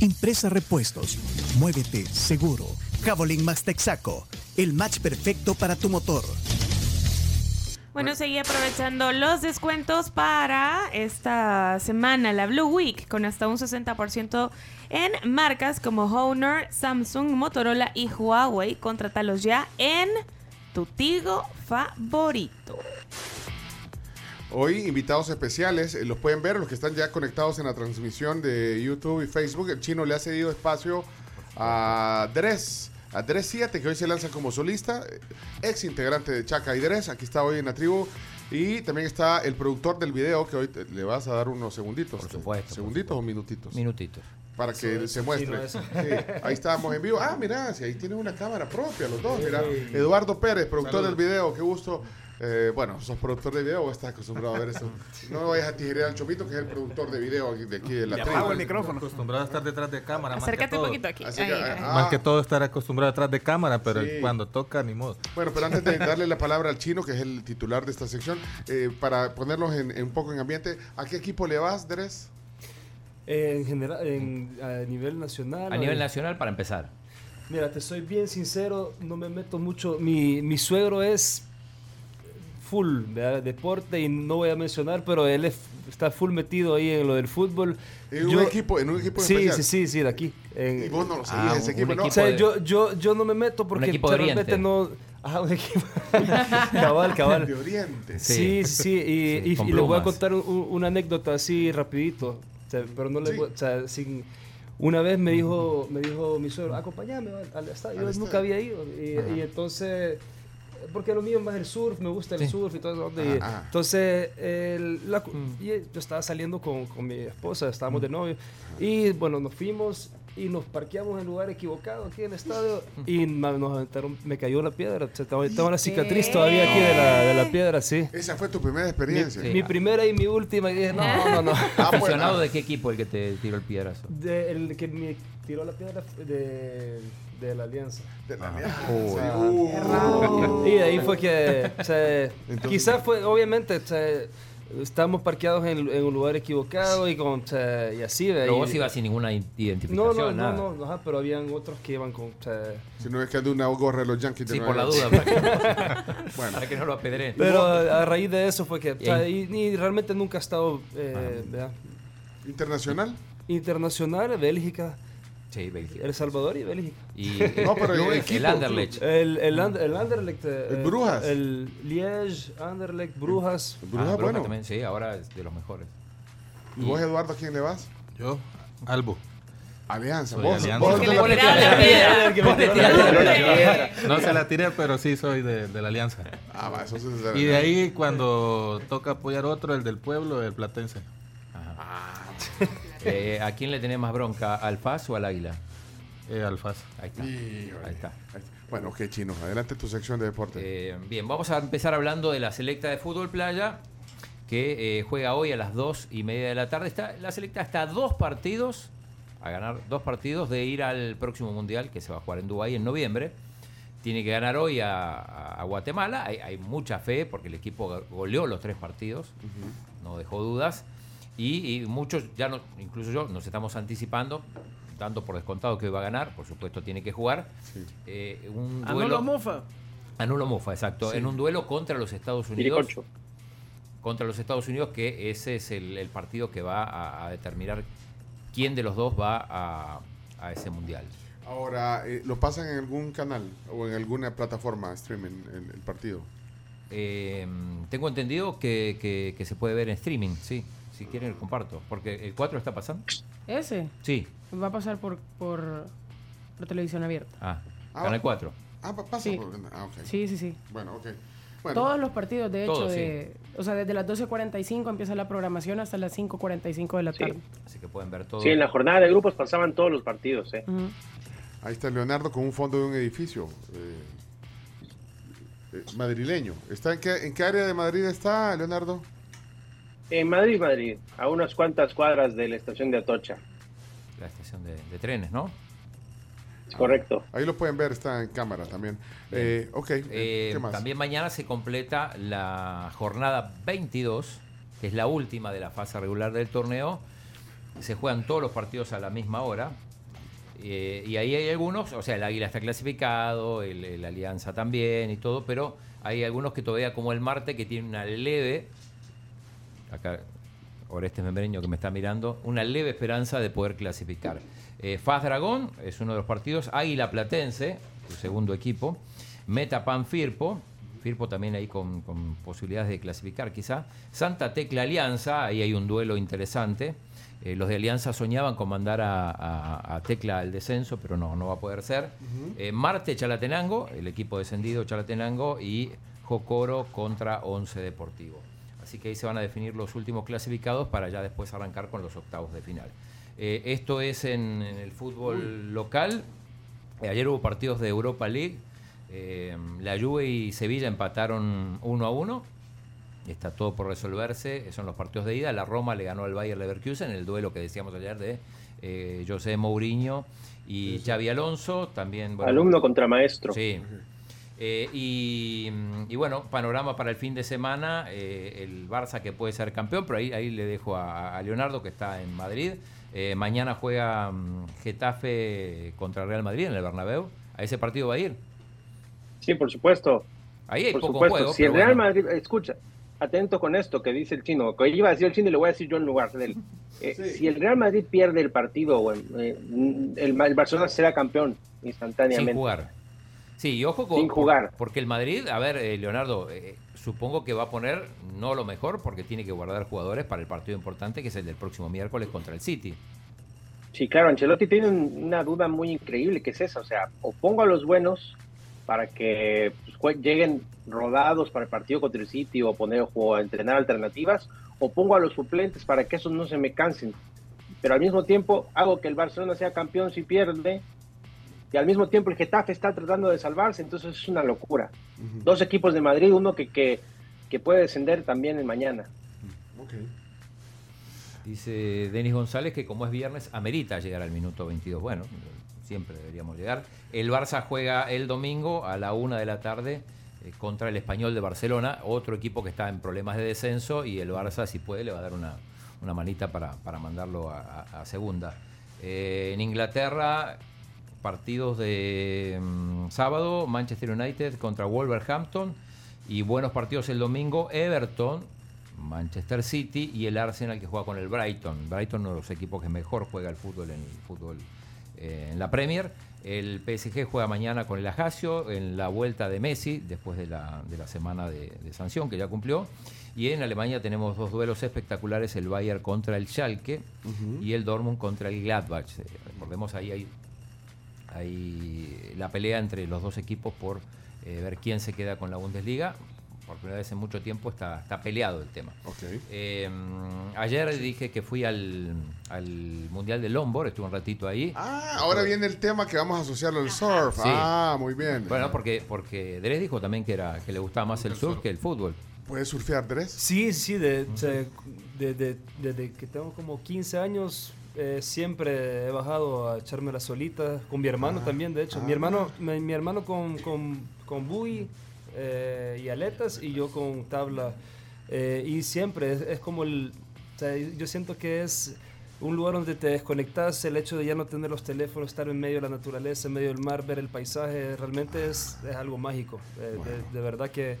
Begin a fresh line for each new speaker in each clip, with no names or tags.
Empresa Repuestos. Muévete seguro. Javelin más Texaco. El match perfecto para tu motor.
Bueno, seguí aprovechando los descuentos para esta semana, la Blue Week, con hasta un 60% en marcas como Honor, Samsung, Motorola y Huawei. Contratalos ya en tu Tigo favorito.
Hoy invitados especiales, eh, los pueden ver, los que están ya conectados en la transmisión de YouTube y Facebook. El chino le ha cedido espacio a Dres, a Dres 7, que hoy se lanza como solista, eh, ex integrante de Chaca y Dres, aquí está hoy en la tribu. Y también está el productor del video, que hoy te- le vas a dar unos segunditos.
Por supuesto, por
¿Segunditos o minutitos?
Minutitos.
para que se muestre. Sí, ahí estamos en vivo. Ah, mirá, si ahí tienen una cámara propia los dos. Mirá. Eduardo Pérez, productor del video, qué gusto. Eh, bueno, sos productor de video o estás acostumbrado a ver eso. No vayas a tijerear al Chomito, que es el productor de video aquí- de aquí de la
Le
tribu.
apago el micrófono.
acostumbrado a estar detrás de cámara.
Acércate un
más que
poquito
todo.
aquí.
Así
Ahí,
que,
ahí.
ah,
Más que todo estar acostumbrado detrás de cámara, pero
Sí.
cuando toca, ni modo.
Bueno, pero antes de darle la palabra al chino, que es el titular de esta sección, eh, para ponerlos en, en un poco en ambiente, ¿a qué equipo le vas, Dres?
Eh, En general, en- a nivel nacional.
A nivel
eh,
nacional, para empezar.
Mira, te soy bien sincero, no me meto mucho. Mi, mi suegro es full ¿verdad? deporte y no voy a mencionar, pero él es- está full metido ahí en lo del fútbol.
En
Yo-
un equipo, en un equipo
Sí,
especial.
sí, sí, sí, de aquí. En-
Y vos no lo seguís,
Ah,
ese
un
equipo, ¿no?
o sea,
Equipo
yo, yo, yo no me meto porque
equipo de Oriente.
realmente no. Ajá, un equipo. cabal, cabal.
De Oriente.
Sí.
Sí, sí, sí. Y,
Sí,
y-
con
y les voy
plumas.
a contar un- un- una anécdota así rapidito. O sea, pero no les
Sí.
voy- o sea, sin- una vez me dijo, me dijo mi suegro, acompáñame al- al estadio. Yo
Al
nunca
estadio.
había ido. Y, y entonces, porque lo mío es más el surf, me gusta el surf y todo eso. ¿no? Y
Ajá.
Entonces, el- la cu- y yo estaba saliendo con, con mi esposa, estábamos de novio. Y bueno, nos fuimos y nos parqueamos en el lugar equivocado aquí en el estadio. Y ma- nos aventaron, me cayó una piedra. o sea, Tengo tengo una cicatriz todavía aquí de la, de la piedra, sí.
Esa fue tu primera experiencia.
Sí.
Mi primera y mi última. Y dije, no, no, no.
Ah, bueno.
¿Aficionado de qué equipo el que te tiró el piedrazo?
De- el que me tiró la piedra de, de la alianza.
De la
Y de ahí fue que. o sea, quizás fue, obviamente, o sea, estábamos parqueados en, en un lugar equivocado y, con, o sea, y así. de
Pero
ahí-
vos ibas sin ninguna in-
no,
identificación,
no, no,
nada.
no, no, ajá, pero habían otros que iban con. o sea,
Si no es que ande una gorra de los Yankees. de
Sí,
Nueva
por la
York.
duda, para que,
Bueno,
para que no lo apedreen.
pero a, a raíz de eso fue que. o sea,
Y
y, y realmente nunca he estado eh,
Ah.
¿verdad?
internacional.
internacional, Bélgica,
Sí, Bélgica.
El Salvador y Bélgica.
Y
No, pero el equipo,
Anderlecht.
El, el, And- el Anderlecht. eh,
El
eh,
Brujas.
El Liege, Anderlecht, Brujas.
Ah,
Bruja,
Bruja
bueno.
también, sí, ahora es de los mejores.
¿Y vos, Eduardo, a quién le vas?
Yo, Albo.
Alianza.
Soy
Vos,
Alianza.
vos
Es que
de
le
la-
Te tiraron la piedra. Te tiraron la piedra.
No se la tiré, pero sí soy de, de la alianza.
Ah, va, eso se
Y de ahí, cuando toca apoyar otro, el del pueblo, el platense.
Eh, ¿A quién le tenés más bronca? ¿Al Faz o al Águila?
Eh, Alfaz.
Ahí está.
Híjole.
Ahí está.
Bueno, qué chino. Adelante tu sección de deporte.
Eh, bien, vamos a empezar hablando de la selecta de fútbol playa que eh, juega hoy a las 2 y media de la tarde. Está, la selecta está a dos partidos, a ganar dos partidos de ir al próximo mundial que se va a jugar en Dubái en noviembre. Tiene que ganar hoy a, a- a Guatemala. Hay, hay mucha fe porque el equipo goleó los tres partidos, no dejó dudas. Y, y muchos, ya no, incluso yo, nos estamos anticipando, dando por descontado que hoy va a ganar, por supuesto tiene que jugar. Eh, un
Ah, no
duelo-
lo mofa.
Anulo Ah, Mofa, exacto. En un duelo contra los Estados Unidos. Contra los Estados Unidos, que ese es el, el partido que va a, a determinar quién de los dos va a, a ese mundial.
Ahora, eh, ¿lo pasan en algún canal o en alguna plataforma streaming el, el partido?
Eh, tengo entendido que, que- que se puede ver en streaming, sí. Si quieren, lo comparto. Porque el 4 está pasando.
Ese
Sí.
va a pasar por, por, por televisión abierta.
Ah,
Ah,
Canal 4.
Ah, pa- pasa.
Sí.
por- Ah, ok.
Sí, sí, sí.
Bueno, ok. Bueno.
Todos los partidos, de hecho,
Todos, sí.
de- o sea, desde las 12.45 empieza la programación hasta las 5.45 de la tarde.
Así que pueden ver todo.
Sí, en la jornada de grupos pasaban todos los partidos, ¿eh?
Ujú.
Ahí está Leonardo con un fondo de un edificio eh, eh, madrileño. ¿Está en, qué, ¿En qué área de Madrid está, Leonardo?
En Madrid, Madrid, a unas cuantas cuadras de la estación de Atocha.
La estación de, de trenes, ¿no?
Es correcto.
Ahí lo pueden ver, está en cámara también. Eh, ok, eh,
Eh,
¿qué más?
También mañana se completa la jornada 22, que es la última de la fase regular del torneo. Se juegan todos los partidos a la misma hora. Eh, y ahí hay algunos, o sea, el Águila está clasificado, el, el Alianza también y todo, pero hay algunos que todavía, como el Marte, que tiene una leve. Acá, Orestes Membreño que me está mirando, una leve esperanza de poder clasificar. Eh, Faz Dragón es uno de los partidos, Águila Platense, su segundo equipo, Metapan Firpo, Firpo también ahí con, con posibilidades de clasificar quizá, Santa Tecla Alianza, ahí hay un duelo interesante. Eh, los de Alianza soñaban con mandar a, a- a Tecla al descenso, pero no, no va a poder ser. Eh, Marte Chalatenango, el equipo descendido Chalatenango, y Jocoro contra Once Deportivo. Así que ahí se van a definir los últimos clasificados para ya después arrancar con los octavos de final. Eh, esto es en, en el fútbol local. Eh, ayer hubo partidos de Europa League. Eh, la Juve y Sevilla empataron uno a uno. Está todo por resolverse. Son los partidos de ida. La Roma le ganó al Bayer Leverkusen en el duelo que decíamos ayer de eh, José Mourinho y Xavi Alonso. También bueno,
Alumno contra maestro.
Sí. Eh, y, mm, y bueno, panorama para el fin de semana, eh, el Barça que puede ser campeón, pero ahí, ahí le dejo a, a Leonardo que está en Madrid. Eh, mañana juega mm, Getafe contra Real Madrid en el Bernabéu. A ese partido va a ir.
Sí, por supuesto.
Ahí hay
Por
poco
supuesto.
juego.
si el
pero
Real
bueno.
Madrid, escucha, atento con esto que dice el chino, que iba a decir el chino y lo voy a decir yo en lugar de él. Eh, Si el Real Madrid pierde el partido, bueno, eh, el, el Barcelona será campeón instantáneamente.
Sin jugar. Sí, y ojo con.
Sin jugar.
por- Porque el Madrid, a ver, eh, Leonardo, eh, supongo que va a poner no lo mejor, porque tiene que guardar jugadores para el partido importante, que es el del próximo miércoles contra el City.
Sí, claro, Ancelotti tiene un- una duda muy increíble, que es esa, o sea, o pongo a los buenos para que pues, jue- lleguen rodados para el partido contra el City o poner o entrenar alternativas, o pongo a los suplentes para que esos no se me cansen. Pero al mismo tiempo hago que el Barcelona sea campeón si pierde, y al mismo tiempo el Getafe está tratando de salvarse, entonces es una locura. Dos equipos de Madrid, uno que, que, que puede descender también en mañana.
Ok.
Dice Denis González que como es viernes, amerita llegar al minuto 22. Bueno, siempre deberíamos llegar. El Barça juega el domingo a la una de la tarde eh, contra el Español de Barcelona, otro equipo que está en problemas de descenso y el Barça, si puede, le va a dar una, una manita para, para mandarlo a, a- a segunda. Eh, en Inglaterra, partidos de mm, sábado, Manchester United contra Wolverhampton y buenos partidos el domingo, Everton, Manchester City y el Arsenal que juega con el Brighton. Brighton uno de los equipos que mejor juega el fútbol en el fútbol eh, en la Premier. El PSG juega mañana con el Ajacio en la vuelta de Messi después de la, de la semana de, de sanción que ya cumplió. Y en Alemania tenemos dos duelos espectaculares, el Bayern contra el Schalke y el Dortmund contra el Gladbach. Eh, Recordemos ahí hay hay la pelea entre los dos equipos por eh, ver quién se queda con la Bundesliga. Por primera vez en mucho tiempo está, está peleado el tema.
Ok.
Eh, ayer dije que fui al, al Mundial de Lombor, estuve un ratito ahí.
Ah, ahora viene el tema que vamos a asociarlo al surf.
Sí.
Ah, muy bien.
Bueno, porque, porque Dres dijo también que, era, que le gustaba más el surf que el fútbol.
¿Puedes surfear, Dres?
Sí, sí, de- se- de- de- desde que tengo como 15 años eh, siempre he bajado a echarme la solita, con mi hermano también, de hecho. Mi hermano, mi, mi hermano con, con, con bui eh, y aletas y yo con tabla. Eh, y siempre es, es como el... o sea, yo siento que es un lugar donde te desconectas, el hecho de ya no tener los teléfonos, estar en medio de la naturaleza, en medio del mar, ver el paisaje, realmente es, es algo mágico. Eh, de- de verdad que...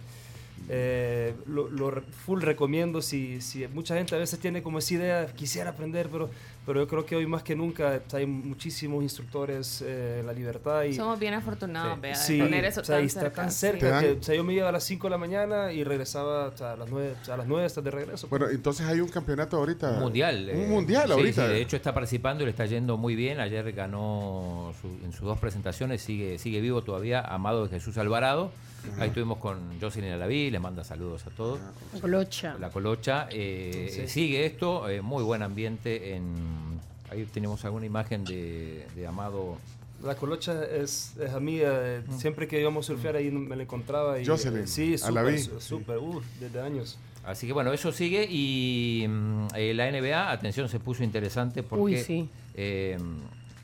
Eh, lo, lo re- full recomiendo si, si mucha gente a veces tiene como esa idea, quisiera aprender, pero Pero yo creo que hoy más que nunca hay muchísimos instructores eh, en la libertad y eh,
Somos bien afortunados, vea, de
Sí,
tener eso
o sea,
tan
y está
cerca,
tan
sí.
cerca
Te dan-
que o sea, yo me iba a las 5 de la mañana y regresaba o sea, a las 9, a las 9 estás de regreso.
Bueno, entonces hay un campeonato ahorita.
Un mundial. eh,
Ah, Un mundial
sí,
ahorita.
sí, de hecho está participando y le está yendo muy bien. Ayer ganó su- en sus dos presentaciones, sigue, sigue vivo todavía, amado de Jesús Alvarado. Ahí estuvimos con Jocelyn Alaví, les manda saludos a todos.
Ah,
Colocha.
La Colocha. eh,
Sí.
eh, Sigue esto, eh, muy buen ambiente. en Ahí tenemos alguna imagen de, de Amado.
La colocha es, es amiga. eh, Siempre que íbamos a surfear ahí me la encontraba. Y,
Jocelyn,
eh, sí,
a la vi.
súper, su- súper, uh, desde años.
Así que bueno, eso sigue y mm, eh, la NBA, atención, se puso interesante porque
Uy, sí.
eh,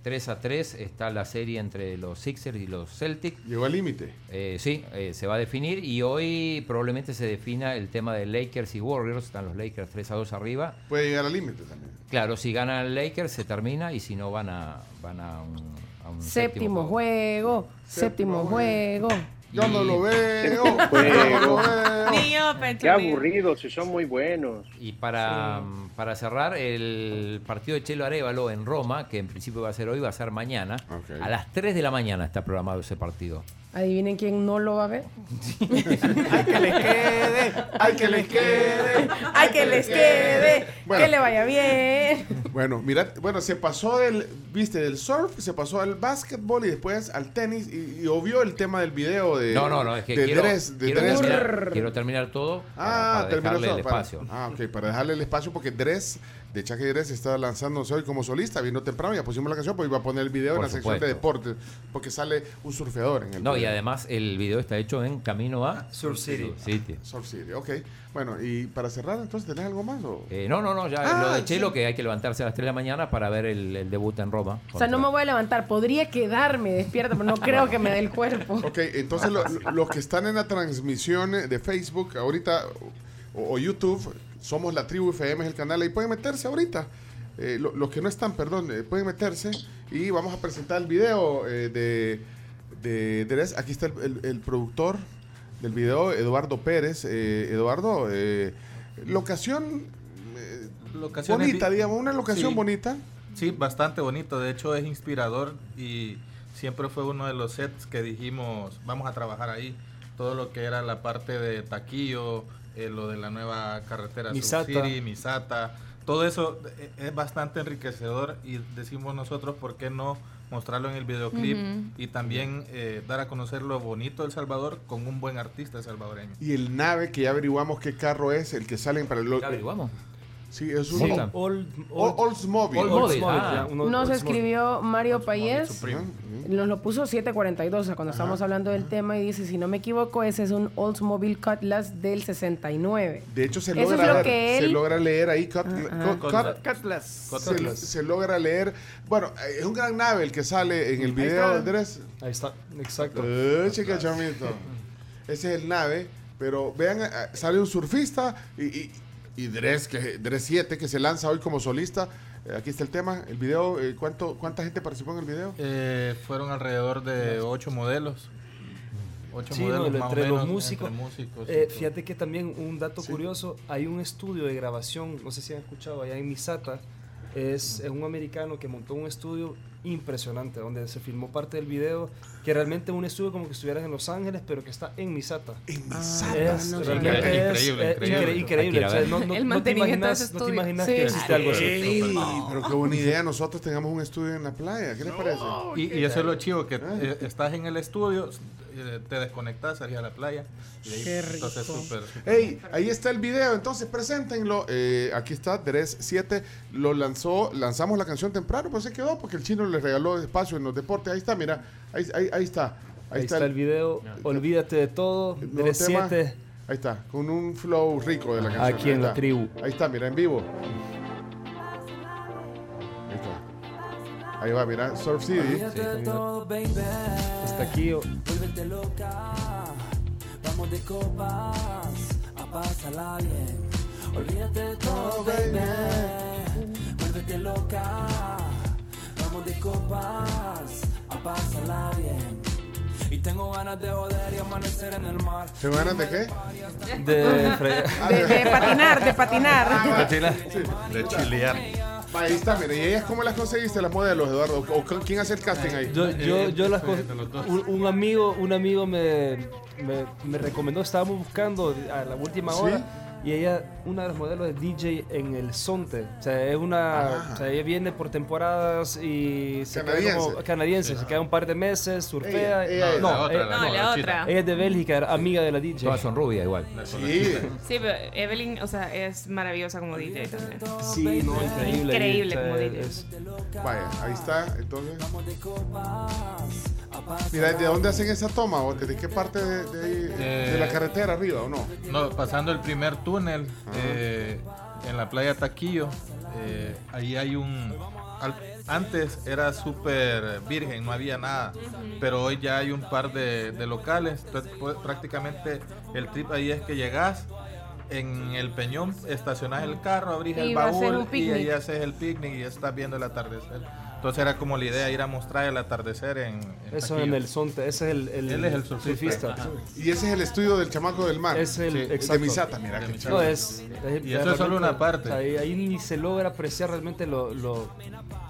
3 a 3 está la serie entre los Sixers y los Celtics.
Llegó al límite.
Eh, sí, eh, se va a definir y hoy probablemente se defina el tema de Lakers y Warriors. Están los Lakers 3 a 2 arriba.
Puede llegar al límite también.
Claro, si gana el Lakers se termina y si no van a, van a un, a un
Séptimo juego. Séptimo juego.
Yo no
Y-
lo veo.
Juego.
Yo no lo veo.
Ni yo, Pencho,
Qué
ni yo.
aburrido, si son muy buenos.
Y para, para cerrar, el partido de Chelo Arevalo en Roma, que en principio va a ser hoy, va a ser mañana.
Ok.
A las 3 de la mañana está programado ese partido.
Adivinen quién no lo va a ver.
Ay, que les quede.
¡Ay, que les quede!
Bueno.
¡Que le vaya bien!
Bueno, mira, bueno, se pasó del, viste, del surf, se pasó al básquetbol y después al tenis y, y obvió el tema del video de
No, no, no, es que
de
quiero,
Dress, de
quiero
Dress.
terminar, quiero terminar todo para,
Ah,
para
terminó
dejarle
todo,
el
para-
espacio.
ah, ok, para dejarle el espacio porque Dress, de Chaque Dress, está lanzándose hoy como solista, vino temprano, ya pusimos la canción, pues iba a poner el video
Por
en la sección de
supuesto.
deportes, porque sale un surfeador en el
No, y
video.
además el video está hecho en camino a
Surf City.
City.
Surf City, ok. Bueno, y para cerrar, entonces, ¿tenés algo más? O?
Eh, no, no, no, ya
Ah,
lo de Chelo,
sí.
que hay que levantarse a las 3 de la mañana para ver el, el debut en Roma.
O sea, no me voy a levantar. Podría quedarme despierta, pero no creo que me dé el cuerpo.
Ok, entonces lo- lo- los que están en la transmisión de Facebook ahorita o, o YouTube, somos la tribu FM, es el canal, ahí pueden meterse ahorita. Eh, lo- los que no están, perdón, eh, pueden meterse y vamos a presentar el video eh, de, de Dress. Aquí está el, el- el productor del video, Eduardo Pérez. Eh, Eduardo, eh, locación eh,
Locaciones
bonita,
vi-
digamos, una locación
Sí.
bonita.
Sí, bastante bonito. De hecho, es inspirador y siempre fue uno de los sets que dijimos, vamos a trabajar ahí. Todo lo que era la parte de Taquillo, eh, lo de la nueva carretera
Misata.
Subsiri, Misata. Todo eso eh, es bastante enriquecedor y decimos nosotros, ¿por qué no mostrarlo en el videoclip y también eh, dar a conocer lo bonito del Salvador con un buen artista salvadoreño?
Y el nave que ya averiguamos qué carro es, el que salen para el...
Ya averiguamos.
Sí, es un...
Sí.
Old, old,
Ol- Oldsmobile.
Old-
Oldsmobile,
Ah.
ya, un old-
Nos
Oldsmobile.
escribió Mario Payés.
Supreme.
Nos lo puso 742, o sea, cuando estábamos hablando del tema, y dice: Si no me equivoco, ese es un Oldsmobile Cutlass del 69.
De hecho, se
Eso es
logra,
lo
ver-
que él-
se logra leer ahí. cut- cut- cut-
Cutlass.
se-
Cutlass.
Se, logra leer. Bueno, eh, es un gran nave el que sale en el
Ahí
video,
está.
Andrés.
Ahí está, exacto.
Eh, chica, chamito. Ese es el nave. Pero vean, eh, sale un surfista y, y, y Dres, que, Dres 7, que se lanza hoy como solista. Eh, Aquí está el tema, el video. eh, ¿cuánto, ¿Cuánta gente participó en el video?
Eh, fueron alrededor de ocho modelos. Ocho
Sí,
modelos
no,
más o
entre los
menos,
músicos.
entre músicos y
Eh,
todo.
fíjate que también un dato curioso, hay un estudio de grabación, no sé si han escuchado, allá en Misata, es, es un americano que montó un estudio impresionante, donde se filmó parte del video, que realmente es un estudio como que estuvieras en Los Ángeles, pero que está en Misata.
En
Ah,
Es
no
realmente
sabía.
es,
Increíble,
eh,
increíble.
incre-
Hay que ir
increíble.
a
o sea,
ver.
no, no-
El
no te
mantenimiento de ese
imaginas, no te
estudio.
imaginas
Sí.
que existe algo así.
pero qué buena idea nosotros tengamos un estudio en la playa. ¿Qué les parece?
Y, y eso es lo chivo, que eh, estás en el estudio, eh, te desconectas, salís a la playa. Y ahí,
Qué rico.
Entonces, súper. súper-
Hey, ahí está el video, entonces preséntenlo. Eh, aquí está, 3-7. Lo lanzó, lanzamos la canción temprano, pero se quedó porque el chino le regaló espacio en los deportes. Ahí está, mira, ahí, ahí, ahí está.
Ahí está el video, olvídate de todo,
el nuevo
de
tema.
7
Ahí está, con un flow rico de la canción.
aquí
ahí
en la
está.
tribu.
Ahí está, mira, en vivo. Ahí está. Ahí va, mira, Surf City.
Hasta aquí. o-
¿Te ganas de qué?
de fre-
De, de patinar, de patinar.
De chilear.
Va, Ahí está, mire. ¿Y ellas cómo las conseguiste, las modelos, Eduardo? ¿O con- quién hace el casting ahí?
Yo, yo, yo las cosas.
de Eh, los dos.
Un, un amigo, un amigo me, me, me recomendó, estábamos buscando a la última
¿Sí?
hora. Y ella, una de las modelos de DJ en el Sonte. O sea, es una. O sea, ella viene por temporadas y se queda como-
Ah. Canadiense.
canadiense, se queda un par de meses, surfea.
Ella- ella-
no,
la otra,
eh,
No,
no,
la
la
otra.
ella es de Bélgica, era amiga de la DJ.
Todas son rubias igual.
Sí.
Sí, pero Evelyn, o sea, es maravillosa como DJ también.
Sí, no, increíble.
Ah, Increíble
O sea,
como DJ.
es-
Vaya, ahí está, entonces. Mira, ¿de dónde hacen esa toma? ¿O ¿Desde qué parte de, de ahí,
Eh.
de la carretera arriba o no?
No, pasando el primer túnel eh, en la playa Taquillo, eh, ahí hay un... al- antes era súper virgen, no había nada, pero hoy ya hay un par de, de locales. Entonces, pues, prácticamente el trip ahí es que llegás en el peñón, estacionás el carro, abrís
Y
el
va a ser un
baúl y
picnic.
ahí haces el picnic y ya estás viendo el atardecer. Entonces era como la idea ir a mostrar el atardecer en... en
Eso
Taquillo.
en el Sonte, ese es el, el,
Él es el surfista. Ajá.
Y ese es el estudio del chamaco del mar.
Es el-
de
exacto.
Misata, mira. qué
No,
chévere.
es, es-
Y eso es solo
realmente-
una parte.
o sea, ahí, ahí ni se logra apreciar realmente lo, lo,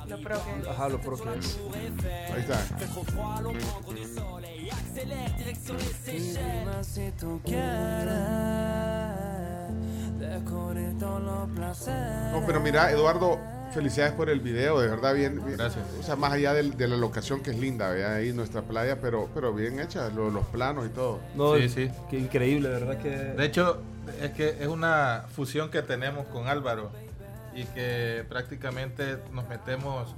Lo pro que-
ajá, lo pro que es.
Ahí está. No, pero mira, Eduardo, felicidades por el video, de verdad, bien. bien-
Gracias.
O sea, más allá del- de, la locación que es linda, ¿verdad? ahí nuestra playa, pero, pero bien hecha, lo- los planos y todo.
No,
Sí, sí.
Qué increíble, de verdad que.
De hecho, es que es una fusión que tenemos con Álvaro y que prácticamente nos metemos.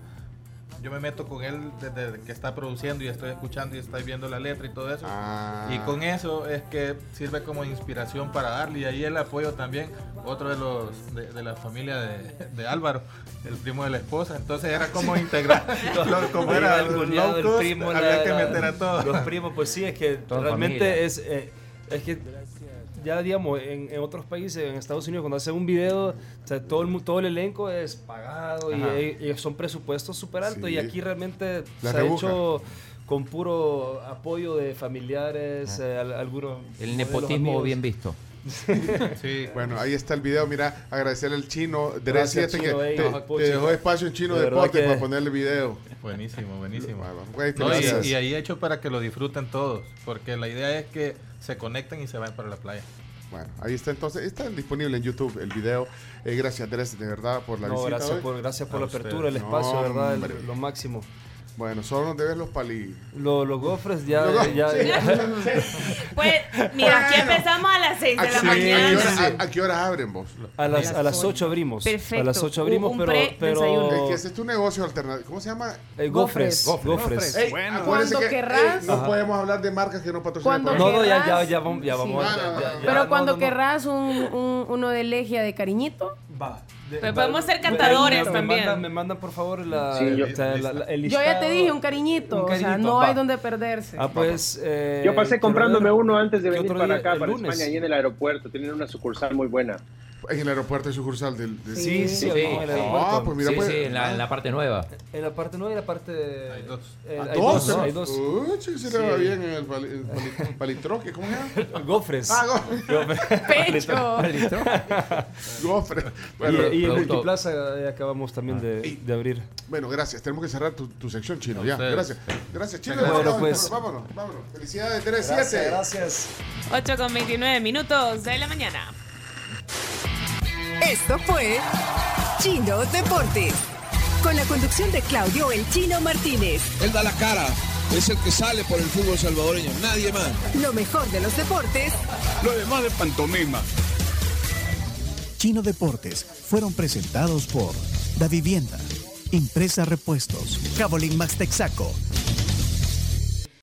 Yo me meto con él desde que está produciendo y estoy escuchando y estoy viendo la letra y todo eso.
Ah.
Y con eso es que sirve como inspiración para darle. Y ahí el apoyo también, otro de los de, de la familia de, de Álvaro, el primo de la esposa. Entonces era como integrar. lo- como era
el cuñado,
low
el
cost,
primo, la-
había que
la-
meter a todos.
Los primos, pues sí, es que
Toda
realmente
familia.
es. eh, es que ya, digamos, en, en otros países, en Estados Unidos, cuando hacen un video, o sea, todo, el, mu- todo el elenco es pagado
Ajá.
y, e, y son presupuestos súper altos.
Sí.
Y aquí realmente
La
se ha
rebuja.
hecho con puro apoyo de familiares, eh, al- algunos.
El
modelos,
nepotismo
amigos.
bien visto.
Sí.
Bueno, ahí está el video. Mira, agradecerle al chino Dre
Gracias,
7 que
Chino, ey,
te,
Pocho.
te dejó espacio en Chino
De verdad
Deporte
que-
para ponerle video.
Buenísimo, buenísimo.
Bueno, güey,
No, y-
gracias.
y, ahí hecho para que lo disfruten todos, porque la idea es que se conecten y se vayan para la playa.
Bueno, ahí está entonces. Está disponible en YouTube el video. Eh, gracias, Andrés, de verdad, por la
No,
visita.
gracias
hoy.
por, gracias por
A
la
ustedes.
apertura, el
¿eh? No,
espacio, de ¿verdad? el-
hombre.
lo máximo.
Bueno, solo nos debes los palillos.
Lo- los gofres ya.
Los gofres,
ya-
sí.
ya-
Pues, mira, aquí empezamos a las 6
¿A,
de la
qué- a qué hora-
mañana.
a- a qué horas abren vos?
A las, a las 8 abrimos.
Perfecto.
A las 8 abrimos,
Un- un
pero.
pre-desayuno.
Es
pero
que ese es tu negocio alternativo. ¿Cómo se llama?
eh, gofres.
Gofres.
Gofres.
Ey,
Bueno.
acuérdense
Cuando
que,
querrás.
ey, no
Ajá.
podemos hablar de marcas que no patrocinan. el
Cuando
No,
programa.
no, ya, ya,
querrás.
ya, vamos. Ya,
Sí.
vamos
No, no,
ya- ya-
no.
ya,
Pero
no,
cuando
no, no.
querrás un, un- uno de legia de cariñito.
Va. De-
Pero
va-
podemos ser
me-
cantadores
me mandan-
también.
Me mandan, me mandan, por favor, la,
Sí, yo-
o sea, la- la- el
Yo ya te
listado.
dije, un cariñito.
Un
o sea,
cariñito,
no
va.
hay donde perderse.
Ah, pues. eh,
Yo pasé
quiero
comprándome
ver
uno antes de
qué
venir
otro
para
día,
acá,
el
para
lunes.
España, ahí en el aeropuerto. Tienen una sucursal muy buena.
En el aeropuerto hay sucursal del. del-
Sí,
Sí,
sí,
sí.
vamos al
Ah,
aeropuerto.
pues mira,
Sí,
pues.
sí, en la, en la parte nueva.
En la parte 9 y la parte.
Hay dos.
eh,
¿A
hay dos.
dos? Ah,
Hay dos.
Uy, sí, se le va bien en el, pali, el pali- palitroque, ¿cómo se llama?
Gofres.
Ah, go-
Pecho.
gofre. Bueno,
Y, y en
Producto.
Multiplaza eh, acabamos también
Ah.
de, de abrir.
bueno, gracias. Tenemos que cerrar tu, tu sección, Chino.
A
Ya,
ustedes.
gracias. Gracias, Chino.
Bueno,
vámonos,
pues.
Vámonos, vámonos. Felicidades, 3-7.
gracias.
8 con 29 minutos de la mañana.
Esto fue Chino Deportes. Con la conducción de Claudio El Chino Martínez.
Él da la cara, es el que sale por el fútbol salvadoreño, nadie más.
Lo mejor de los deportes
Lo demás de pantomima.
Chino Deportes fueron presentados por Da Vivienda, Impresa Repuestos, Cabolín Max Texaco,